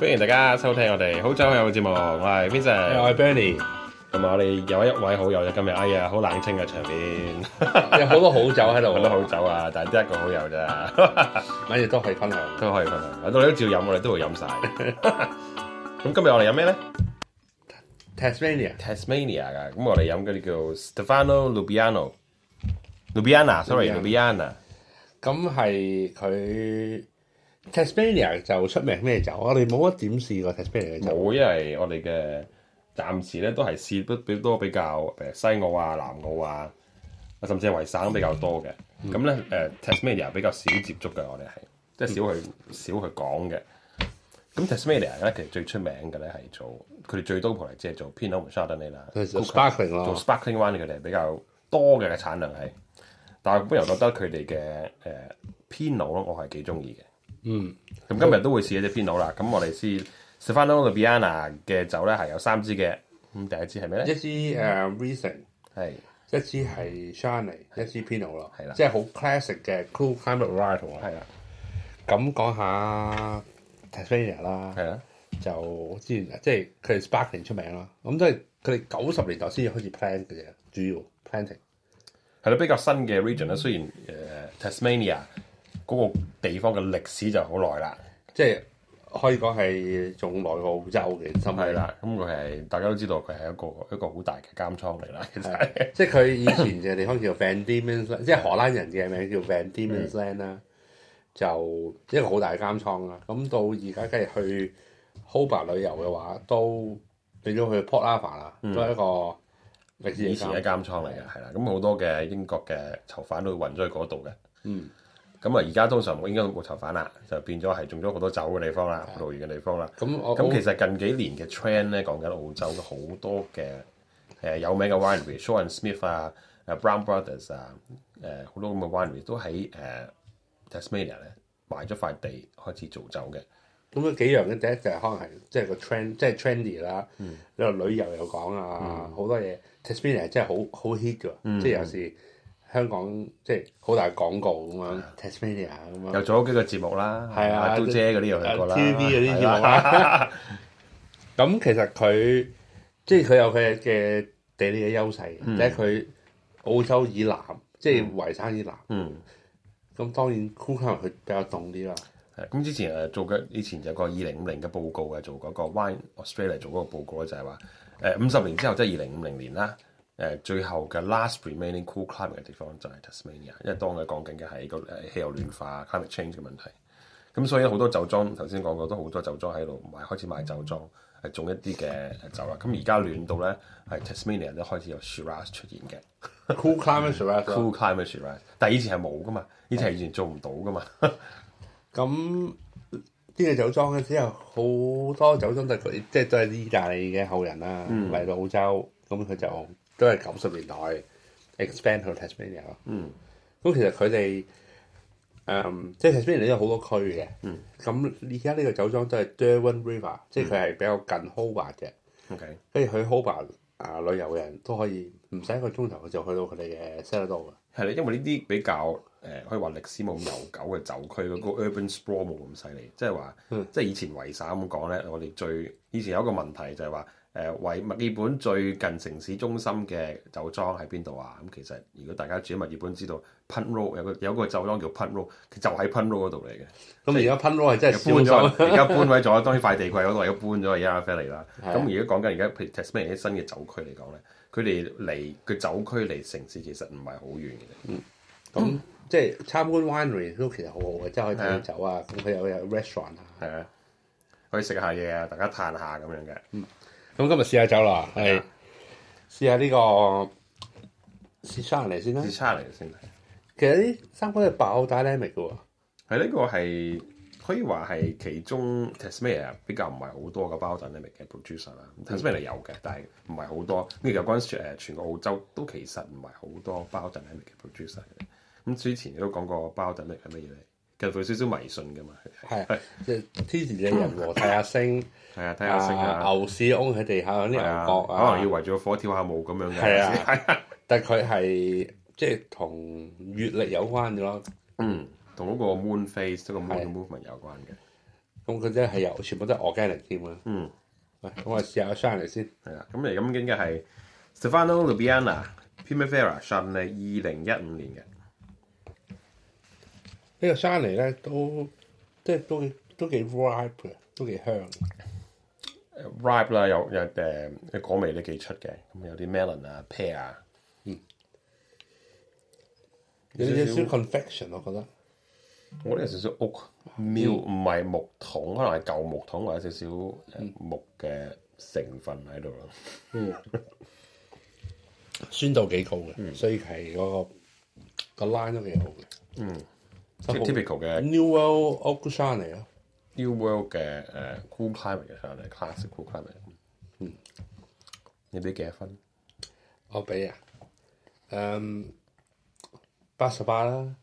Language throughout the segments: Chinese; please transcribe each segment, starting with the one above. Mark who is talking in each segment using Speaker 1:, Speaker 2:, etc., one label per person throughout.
Speaker 1: 歡迎大家收聽我哋好酒好友嘅節目，我係 Vincent，
Speaker 2: 我係 Bernie，
Speaker 1: 同埋我哋有一位好友就今日，哎呀，好冷清嘅場面，
Speaker 2: 有好多好酒喺
Speaker 1: 揾到
Speaker 2: 度，
Speaker 1: 好酒啊，但係得一個好友咋，
Speaker 2: 乜嘢都可以分享。
Speaker 1: 都可以分享。我哋都照飲，我哋都會飲晒。咁今日我哋飲咩咧
Speaker 2: Tasmania
Speaker 1: ？Tasmania 噶，咁我哋飲嗰啲叫 Stefano Lubiano，Lubiana，sorry，Lubiana，
Speaker 2: 咁係佢 Tasmania 就出名咩酒？我哋冇乜點試過 Tasmania 嘅酒。
Speaker 1: 冇，因為我哋嘅暫時咧都係試不比多比較誒西澳啊、南澳啊，甚至係維省比較多嘅。咁咧誒 Tasmania 比較少接觸嘅，我哋係即係少去、少去講嘅。咁 Tasmania 咧其實最出名嘅咧係做佢哋最多葡嚟即係做 Pinot 同 Chardonnay 啦，
Speaker 2: 佢就 sparkling
Speaker 1: 做
Speaker 2: 咯，
Speaker 1: sparkling wine 佢哋比較多嘅產量係。但係我本人覺得佢哋嘅誒 Pinot 咯，我係幾中意嘅。
Speaker 2: 嗯，
Speaker 1: 咁今日都會試一隻 Pinot 啦。咁我哋試 Stefano Lubiana 嘅酒咧，係有三支嘅。咁第一支係咩
Speaker 2: 一
Speaker 1: 咧？
Speaker 2: 支誒 Riesling，
Speaker 1: 係
Speaker 2: 一支係 Chardonnay，一支 Pinot 咯，
Speaker 1: 係啦
Speaker 2: 即係好 classic 嘅 Cool Climate Varietal 啊。
Speaker 1: 係啦，
Speaker 2: 咁講下 Tasmania 啦，
Speaker 1: 係啦，啊
Speaker 2: 就之前即係佢哋 sparkling 出名啦，咁都係佢哋九十年代先至開始 plant 嘅啫，主要 planting。
Speaker 1: 係啦，比較新嘅 region 啦。雖然誒、呃 Tasmania 嗰個地方嘅歷史就好耐啦，
Speaker 2: 即係可以講係仲耐過澳洲嘅心
Speaker 1: 係，啦。咁佢係大家都知道佢係一個一個好大嘅監倉嚟啦。其實係
Speaker 2: 係即係佢以前嘅地方叫 Van Diemen's Land，即係荷蘭人嘅名叫 Van Diemen's Land 啦，就一個好大嘅監倉啦。咁到而家梗係去 Hobart 旅遊嘅話，都你都去 Port Arthur 啦，都係一個歷史
Speaker 1: 以嗯
Speaker 2: 嘅
Speaker 1: 前嘅監
Speaker 2: 監。
Speaker 1: 倉嚟嘅，係啦。咁好多嘅英國嘅囚犯都會運咗去嗰度嘅。
Speaker 2: 嗯，
Speaker 1: 咁啊，而家通常應該冇囚犯啦，就變咗係種咗好多酒嘅地方啦，葡萄園嘅地方啦。
Speaker 2: 咁我
Speaker 1: 咁
Speaker 2: 咁
Speaker 1: 其實近幾年嘅 trend 咧，講緊澳洲嘅好多嘅誒、呃有名嘅 winery，Shaw and Smith 啊、誒 Brown Brothers 啊、誒好多咁嘅 winery 都喺誒、呃 Tasmania 咧買咗塊地開始做酒嘅。
Speaker 2: 咁樣幾樣嘅，第一就係可能係即係個 trend，即係 trendy 啦。
Speaker 1: 嗯
Speaker 2: 你話旅遊又講啊，好多嘢。Tasmania 真係好好 hit 㗎，
Speaker 1: 嗯
Speaker 2: 即係有時香港即係好大廣告咁樣，Tasmania
Speaker 1: 啊
Speaker 2: 咁樣
Speaker 1: 又做咗幾個節目啦，
Speaker 2: 啊係啊
Speaker 1: 阿都姐嗰啲又去過啦
Speaker 2: TVB 嗰啲啊
Speaker 1: 係啦
Speaker 2: 節目啦。 咁其實佢即係佢有佢嘅地理嘅優勢，
Speaker 1: 嗯
Speaker 2: 即係佢澳洲以南，即係維省以南。
Speaker 1: 嗯，
Speaker 2: 咁當然 c o o l 佢比較凍啲啦。
Speaker 1: 係咁之前誒呃做嘅，以前有個二零五零嘅報告嘅，做嗰個 Wine Australia 做嗰個報告咧，就係話呃誒五十年之後，即係二零五零年啦。誒、最後嘅 last remaining cool climate 嘅地方就係 Tasmania，因為當佢講緊嘅係個誒氣候暖化 climate change 嘅問題。咁所以好多酒莊頭先講過，都好多酒莊喺度賣開始賣酒莊，係種一啲嘅酒啦。咁而家暖到咧，係 Tasmania 都開始有 Shiraz 出現嘅
Speaker 2: c o o l
Speaker 1: 嗯
Speaker 2: climate Shiraz 啦
Speaker 1: cool climate Shiraz，但係以前係冇噶嘛，以前係以前做唔到噶嘛。
Speaker 2: 咁呢個酒莊咧，之後好多酒莊都係佢即係都係意大利嘅後人啦，
Speaker 1: 嗯
Speaker 2: 嚟到澳洲，咁佢就都係九十年代 expand 去 Tasmania 咯。
Speaker 1: 嗯，
Speaker 2: 咁其實佢哋誒即係 Tasmania 都有好多區嘅。
Speaker 1: 嗯，
Speaker 2: 咁而家呢個酒莊都係 Derwent River，即係佢係比較近 Hobart 嘅。
Speaker 1: OK，
Speaker 2: 跟住去 Hobart 啊旅遊嘅人都可以唔使一個鐘頭，佢就去到佢哋嘅 s e t t l e
Speaker 1: 係啦，因為呢啲比較誒、呃可以話歷史冇咁悠久嘅酒區，嗰、個 urban sprawl 冇咁犀利，即係話，
Speaker 2: 嗯
Speaker 1: 即係以前維省咁講咧，我哋最以前有一個問題就係話，誒、呃為墨爾本最近城市中心嘅酒莊喺邊度啊？咁其實如果大家住喺墨爾本，知道 Punt Road 有個有個酒莊叫 Punt Road，佢就喺 Punt Road 嗰度嚟嘅。
Speaker 2: 咁而家 p u n r o 係真係
Speaker 1: 搬
Speaker 2: 燒心。
Speaker 1: 咗，而家搬位咗，當然塊地貴嗰度而家搬咗，而家飛嚟啦。
Speaker 2: 係啊
Speaker 1: 咁而家講緊而家譬如 Tasmania 啲新嘅酒區嚟講咧，佢哋離個酒區離城市其實唔係好遠嘅啫。
Speaker 2: 咁即係參觀 winery 都其實好好嘅，即嗯係可以睇酒啊，咁佢有有 restaurant 啊。
Speaker 1: 係啊，可以食下嘢啊，大家嘆下咁樣嘅。
Speaker 2: 咁今日試下酒啦，
Speaker 1: 係
Speaker 2: 係啊試下呢個試沙嚟先啦
Speaker 1: 支。叉嚟先，
Speaker 2: 其實呢三個都係爆 dynamic 嘅喎，
Speaker 1: 係呢個係可以話係其中 Tasmania 比較唔係好多嘅包等 i 嘅 producer 啦。Tasmania
Speaker 2: 嗯
Speaker 1: 有嘅，但係唔係好多。呢個有關誒全個澳洲都其實唔係好多包等 i 嘅 producer 嘅。咁之前都講過包等 i 係乜嘢咧？其實佢有少少迷信㗎嘛。
Speaker 2: 係啊即係天時嘅人和，睇下 星，
Speaker 1: 係啊，睇下星
Speaker 2: 啊
Speaker 1: 啊，
Speaker 2: 牛屎翁喺地下有啲牛
Speaker 1: 係啊，
Speaker 2: 角
Speaker 1: 可能要
Speaker 2: 啊，
Speaker 1: 圍住個火跳下舞咁樣嘅。
Speaker 2: 係啊，但係佢係即係同月曆有關嘅咯。
Speaker 1: 嗯，同嗰個 moon face 即係個
Speaker 2: 係
Speaker 1: moon movement 有關嘅。
Speaker 2: 咁佢真係由全部都係 organic 添啊！
Speaker 1: 嗯，
Speaker 2: 喂，咁我試下 shine 嚟先。
Speaker 1: 係啦，咁嚟咁緊嘅係 Stefano Lubiana Primavera 上嚟二零一五年嘅，
Speaker 2: 呢個山嚟咧都即係都都幾 ripe 嘅，都幾香。
Speaker 1: 呃 ripe 啦，有有誒、呃果味都幾出嘅，咁有啲 melon 啊、pear 啊，
Speaker 2: 有
Speaker 1: 少
Speaker 2: 少
Speaker 1: 少
Speaker 2: 少 confection，我覺得
Speaker 1: 我覺得有少少 oak meal，唔係木桶，可能係舊木桶或者少少呃木嘅成分喺度咯。
Speaker 2: 酸度幾高嘅，所以係嗰個個 line 都幾好嘅。
Speaker 1: 即係 typical 嘅
Speaker 2: New World Oak 山嚟咯，
Speaker 1: New World 嘅誒 cool climate 嘅上嚟 classic cool climate。嗯，你俾幾多分？
Speaker 2: 我俾啊，誒八十八啦，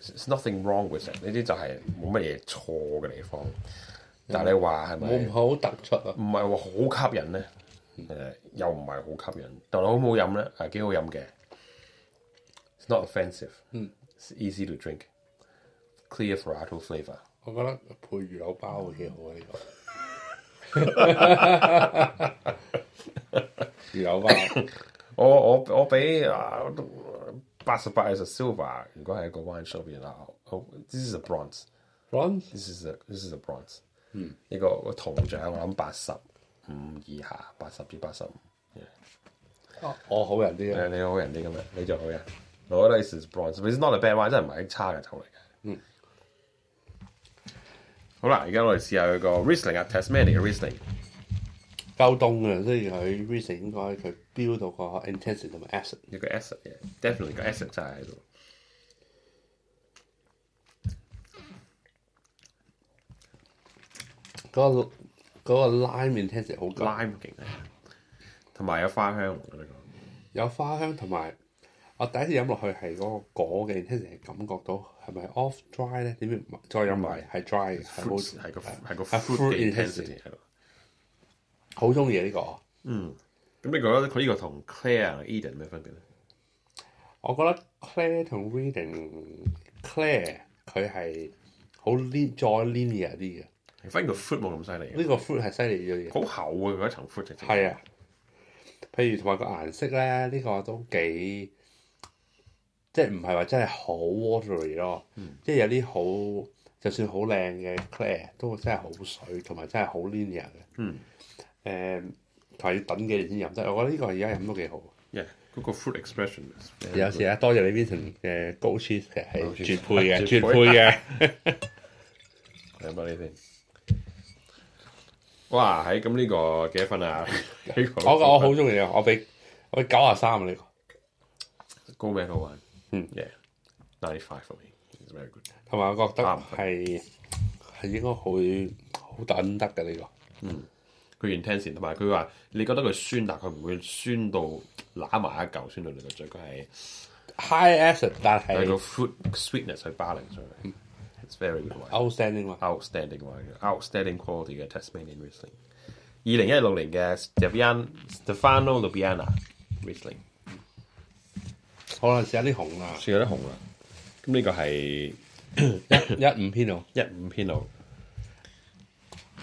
Speaker 1: There's nothing wrong with it，呢啲就係冇乜嘢錯嘅地方。但係你話係咪
Speaker 2: 冇唔好突出啊。
Speaker 1: 唔係話好吸引咧？誒、又唔係好吸引，但係好唔好飲咧？係幾好飲嘅。It's not offensive. It's easy to drink. Clear Ferrado flavour.
Speaker 2: 我覺得配魚柳包會幾好啊！呢、 個魚柳包
Speaker 1: 我我我俾啊八十八 is a silver。如果係一個 wine shop 嘅啦好，this is a bronze。
Speaker 2: ，bronze
Speaker 1: This is a this is a bronze。嗯，呢個個銅獎我諗八十五以下，八十至八十五。
Speaker 2: 我好人啲啊，
Speaker 1: 誒你好人啲咁樣，你就好人。我覺得 is bronze，but it's not a bad wine，真係唔係差嘅酒嚟嘅。嗯。好啦，而家我哋試下佢個 Riesling 啊，Tasmania Riesling。
Speaker 2: 夠凍嘅，所以佢 r e a s o n 應該佢標到個 intensity 同埋 acid。
Speaker 1: 有個 acid 嘅，definitely 個 acid 真係喺度。
Speaker 2: 嗰、個嗰、個 lime intensity 好高，
Speaker 1: lime 勁啊，同埋有花香，我覺得個
Speaker 2: 有花香同埋我第一次飲落去係嗰個果嘅 intensity 係感覺到係咪 off dry 咧？點知唔係再飲埋係 dry 嘅係
Speaker 1: fruit
Speaker 2: 好
Speaker 1: 係個係個
Speaker 2: 啊
Speaker 1: fruit
Speaker 2: fruit
Speaker 1: 嘅
Speaker 2: intensity
Speaker 1: intensity 喺度。
Speaker 2: 好中意呢個。
Speaker 1: 咁你覺得佢呢個同 Clare Eden 有咩分別咧？
Speaker 2: 我覺得 Claire 同 Reading Claire 佢係好 lin 再 linear 啲嘅，呢、
Speaker 1: 反而個 fruit 冇咁犀利嘅，
Speaker 2: 個 fruit 係犀利咗嘅，
Speaker 1: 好厚啊！佢一層 fruit 直情
Speaker 2: 係啊。譬如同埋個顏色咧，呢、個都幾即係唔係話真係好 watery 咯，即係有啲好就算好靚嘅 Claire 都真係好水，同埋真係好 linear 嘅。
Speaker 1: 嗯。
Speaker 2: 誒，同埋要等幾年先飲得，我覺得呢個而家飲都幾好。
Speaker 1: Yeah，嗰個 fruit expression is very
Speaker 2: 有時啊，多謝你 Vincent 嘅高 cheese 嘅係
Speaker 1: 高 cheese
Speaker 2: 絕配嘅，
Speaker 1: 絕
Speaker 2: 絕
Speaker 1: 配
Speaker 2: 配嘅。
Speaker 1: good 飲下呢先。哇！喺咁呢個幾多分啊？呢個
Speaker 2: 我我好中意啊！我俾我俾九啊三啊呢個，
Speaker 1: 高咩好玩？
Speaker 2: 嗯
Speaker 1: ，yeah，ninety five for me is very good。
Speaker 2: 同埋我覺得
Speaker 1: 啱
Speaker 2: 係係應該會好等得嘅呢個，
Speaker 1: 佢 intense 同埋佢話你覺得佢酸，但佢唔會酸到揦埋一嚿酸到你個嘴，佢係
Speaker 2: high acid 但
Speaker 1: 係個
Speaker 2: 係
Speaker 1: fruit sweetness 去 balance 出嚟。It's very good wine。
Speaker 2: outstanding 嘛。
Speaker 1: outstanding wine, outstanding quality 嘅 Tasmanian Riesling。二零一六年嘅 Stefan Stefano Lubiana Riesling，
Speaker 2: 可能試下啲 紅啊，
Speaker 1: 算有啲紅啦。咁呢個係
Speaker 2: 一五啊 p i n o
Speaker 1: 一五偏路，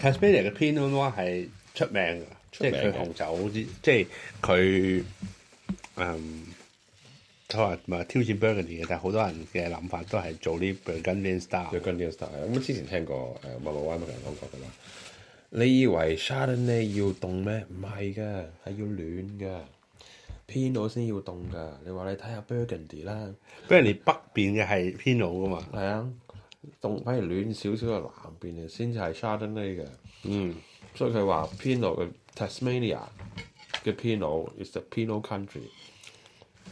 Speaker 2: Tasmania 嘅 p i n o n o 係出名嘅，
Speaker 1: 出
Speaker 2: 即
Speaker 1: 名
Speaker 2: 係佢
Speaker 1: 嘅
Speaker 2: 紅酒之，即係佢嗯。佢話唔係挑戰 Burgundy 嘅，但係好多人嘅諗法都係做啲 Burgundian style
Speaker 1: 有。跟啲 style。咁之前聽過誒某某灣嘅人講過㗎嘛。你以為 Chardonnay 要凍咩？唔係㗎，係要暖㗎。Pinot 先要凍㗎。你話你睇下 Burgundy 啦，
Speaker 2: Burgundy 北邊嘅係 Pinot 噶嘛，
Speaker 1: 係啊，凍反而暖少少嘅南邊先至係 Chardonnay 嘅。
Speaker 2: 嗯。
Speaker 1: 所以佢話 Pinot 嘅 Tasmania 嘅 Pinot is the Pinot country。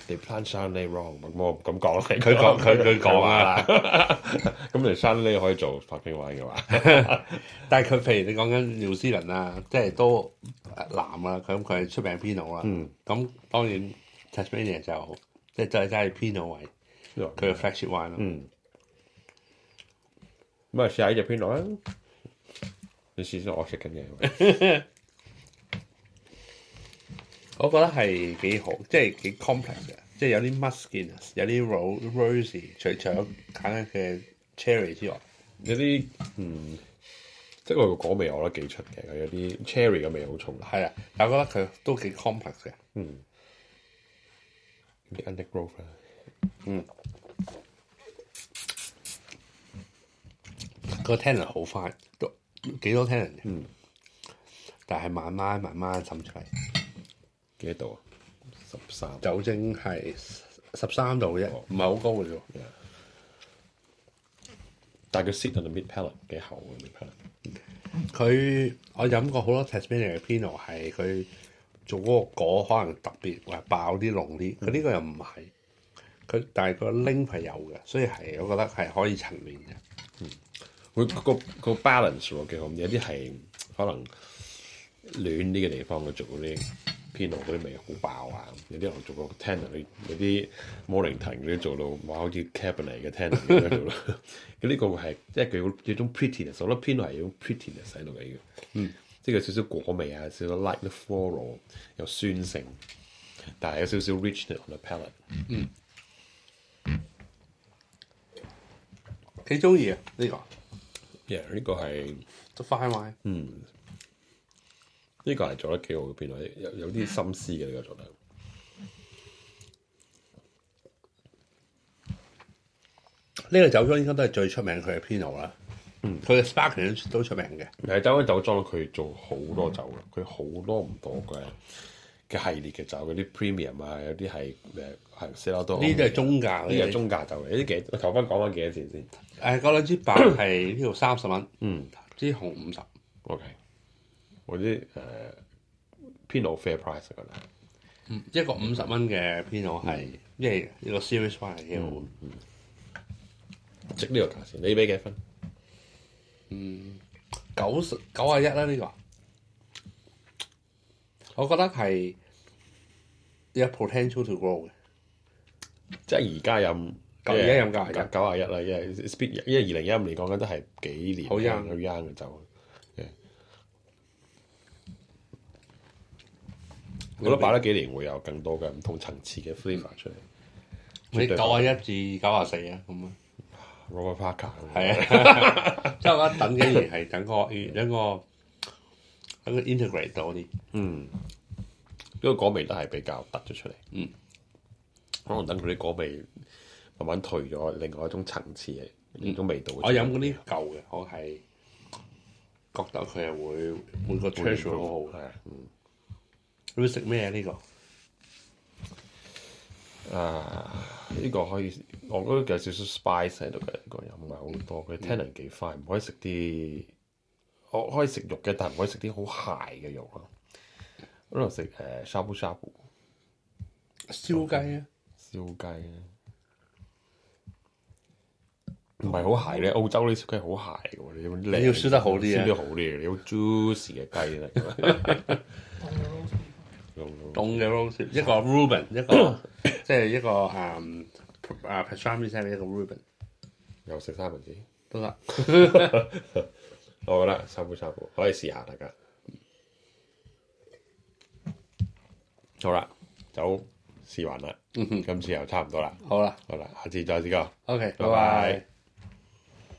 Speaker 1: 你 plan Chardonnay wrong，咁我咁講啦，佢
Speaker 2: 佢講佢佢講啊，
Speaker 1: 咁你 Chardonnay 可以做白冰玩嘅話，
Speaker 2: 但係佢譬如你講緊廖斯人啊，即係都南啊，咁佢係出名 Pinot 啦。
Speaker 1: 嗯
Speaker 2: 咁、當然 Tasmania 就即係真係真係 Pinot 為佢嘅 flagship wine 咯。
Speaker 1: 嗯，咁啊試下呢只 Pinot 啊，你試咗我食緊 嘢，
Speaker 2: 我覺得係幾好，即係幾 complex 嘅，即係有啲 muskiness，有啲 ro- rosy，除除咗簡單嘅 cherry 之外，
Speaker 1: 有啲嗯即係佢個果味我覺得幾出嘅，佢有啲 cherry 嘅味好重
Speaker 2: 係啊，但我覺得佢都幾 complex 嘅。
Speaker 1: 啲 undergrowth 啦。
Speaker 2: 個 tannin 好快，都幾多 tannin 嘅。但係慢慢慢慢滲出嚟，
Speaker 1: 幾多度啊？十三。
Speaker 2: 酒精係十三度啫，唔係好高嘅啫喎。
Speaker 1: 但係佢 sit on the mid palate 幾厚嘅 mid palate。
Speaker 2: 佢我飲過好多 Tasmania 嘅 Pinot 係佢做嗰個果可能特別話爆啲濃啲，佢呢個又唔係，
Speaker 1: 嗯
Speaker 2: 佢但係個 link 係有嘅，所以係我覺得係可以陳年嘅。
Speaker 1: 佢個個 balance 喎幾好，有啲係可能暖啲嘅地方佢做嗰啲 Pinot 嗰啲味好爆啊，有啲人做個 tannin，有啲 Mornington 嗰啲做到哇好似 Cabernet 嘅 tannin 咁樣做到，咁呢個係即係佢有有種 prettiness，我覺得 Pinot 係有種 prettiness 喺度嘅要，嗯，即係有少少果味啊，少少 light floral，有酸性，但係有少少 richness on the palate。
Speaker 2: 幾中意啊呢個
Speaker 1: Yeah，呢個係。
Speaker 2: 都快賣，
Speaker 1: 嗯呢個係做得幾好嘅邊位，有有啲心思嘅呢個做得。
Speaker 2: 呢個酒莊應該都係最出名佢嘅 Pinot 啦。
Speaker 1: 嗯
Speaker 2: 佢嘅 Sparkling 都出名嘅。
Speaker 1: 係酒嘅酒莊佢做好多酒嘅，佢好多唔同嘅嘅系列嘅酒，嗰啲 premium 啊，有啲係誒係 s e l 多。
Speaker 2: 呢啲係中價
Speaker 1: 呢啲係
Speaker 2: 嘅，
Speaker 1: 中價酒嚟，呢啲幾我頭翻講翻幾多錢先
Speaker 2: 誒嗰兩支白係呢度三十蚊，
Speaker 1: 嗯，
Speaker 2: 支紅五十，
Speaker 1: ？OK，我啲誒呃 Pinot fair price 嗰啦，
Speaker 2: 一個五十蚊嘅 Pinot 係，
Speaker 1: 嗯
Speaker 2: 因為呢個 Series One 係幾好。
Speaker 1: 值呢個價錢，你俾幾分？
Speaker 2: 九十九啊一啦呢個，我覺得係有 potential to grow 嘅。
Speaker 1: 即係而家飲，
Speaker 2: 九而家飲價
Speaker 1: 九九廿一啦，因為 speed，因為二零一五年講緊都係幾年
Speaker 2: 好啊 young
Speaker 1: 好 young 嘅酒。Yeah 我覺得擺得幾年會有更多嘅唔同層次嘅 flavour 出嚟。
Speaker 2: 你九啊一至九啊四啊咁啊，
Speaker 1: Robert Parker
Speaker 2: 係啊， 即係我覺得等幾年係等個等個等個 integrate 到啲。
Speaker 1: 嗯，因為果味都係比較突咗出嚟。
Speaker 2: 嗯，
Speaker 1: 可能等佢啲果味慢慢退咗，另外一種層次嘅另一種味道。
Speaker 2: 嗯我飲嗰啲舊嘅，我係覺得佢係會每個 treasure 好好。
Speaker 1: 係啊
Speaker 2: 你食咩啊呢個？
Speaker 1: 啊！呢、個可以，我覺得有少少 spice 喺度嘅，呢、個又唔係好多。
Speaker 2: 嗯
Speaker 1: 佢 tannin 幾快，唔可以食啲，我可以食肉嘅，但係唔可以食啲好柴嘅肉咯。可能食誒 shabu shabu
Speaker 2: 燒雞啊！
Speaker 1: 燒雞咧，唔係好柴咧。澳洲呢啲燒雞好柴嘅喎，你要靚
Speaker 2: 你要燒得好啲啊
Speaker 1: 燒得好啲嘅，你要 juicy 嘅雞啊咧。
Speaker 2: 凍嘅 roast，一個 Ruben，一個即係一個誒啊 p a s t r a m i 一個 Ruben
Speaker 1: 又食三文治，
Speaker 2: 都得。
Speaker 1: 我覺得 shabu shabu 可以試下大家。好啦，走試完啦，今次又差唔多啦，
Speaker 2: 嗯好啦
Speaker 1: 好啦，下次再試過。
Speaker 2: ，OK，
Speaker 1: 拜拜
Speaker 2: 拜拜。